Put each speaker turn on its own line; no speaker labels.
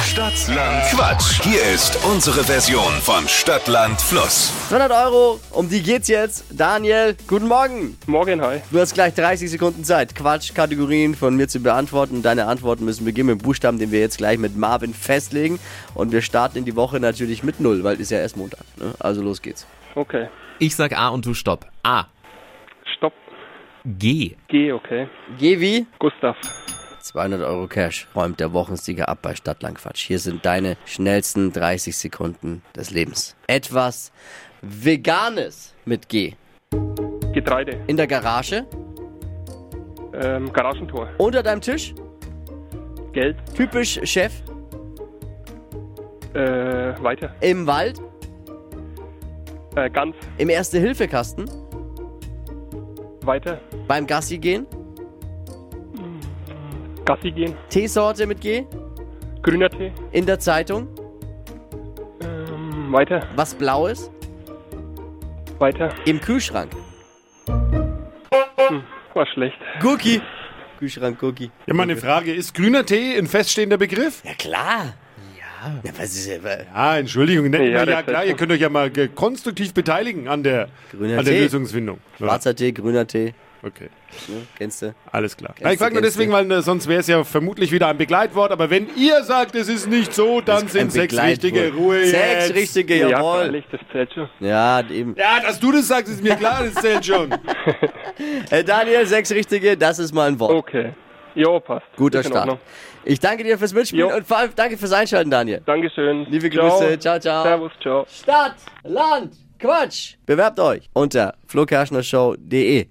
Stadtland Quatsch. Hier ist unsere Version von Stadtland Fluss.
200 Euro, um die geht's jetzt. Daniel, guten Morgen.
Morgen, hi.
Du hast gleich 30 Sekunden Zeit, Quatschkategorien von mir zu beantworten. Deine Antworten müssen beginnen mit dem Buchstaben, den wir jetzt gleich mit Marvin festlegen. Und wir starten in die Woche natürlich mit Null, weil ist ja erst Montag. Ne? Also los geht's.
Okay.
Ich sag A und du stopp. A.
Stopp.
G.
Geh, okay.
Geh wie?
Gustav.
200 Euro Cash räumt der Wochensieger ab bei Stadtlangquatsch. Hier sind deine schnellsten 30 Sekunden des Lebens. Etwas Veganes mit G.
Getreide.
In der Garage,
Ähm, Garagentor.
unter deinem Tisch,
Geld.
typisch Chef,
Äh, weiter.
im Wald,
Äh, ganz.
im Erste-Hilfe-Kasten,
Weiter.
beim Gassi gehen,
Gassi gehen.
Teesorte mit G,
Grüner Tee.
in der Zeitung,
Ähm, weiter.
was Blaues,
Weiter.
im Kühlschrank.
War schlecht.
Cookie. Kühlschrank, Cookie.
Ja, meine Frage, ist grüner Tee ein feststehender Begriff?
Ja, klar. Ja. was ist ja, wa-
Ah, Entschuldigung, nennt
Ja,
man
das
ja
heißt
klar, ihr
schon.
könnt euch ja mal äh, konstruktiv beteiligen an der,
Grüner
an der
Tee.
Lösungsfindung.
Schwarzer Tee, grüner Tee,
Okay,
ne? kennst du?
alles klar. Na, ich
du,
frage nur
kennst
deswegen,
du.
weil äh, sonst wäre es ja vermutlich wieder ein Begleitwort, aber wenn ihr sagt, es ist nicht so, dann
Ein
sind sechs
Begleitwort.
richtige Ruhe
Sechs
jetzt.
richtige,
Ja,
jawohl.
freilich, das zählt schon.
Ja, eben.
Ja, dass du das sagst, ist mir klar, das zählt schon.
Äh, Daniel, sechs richtige, das ist mal ein Wort.
Okay. Jo, passt.
Guter
Oh, Ist in
Start.
Ordnung.
Ich danke dir fürs Mitspielen
Jo.
und vor allem danke fürs Einschalten, Daniel.
Dankeschön.
Liebe
Ciao.
Grüße, ciao, ciao.
Servus, ciao.
Stadt, Land, Quatsch. Bewerbt euch unter flokerschnershow.de.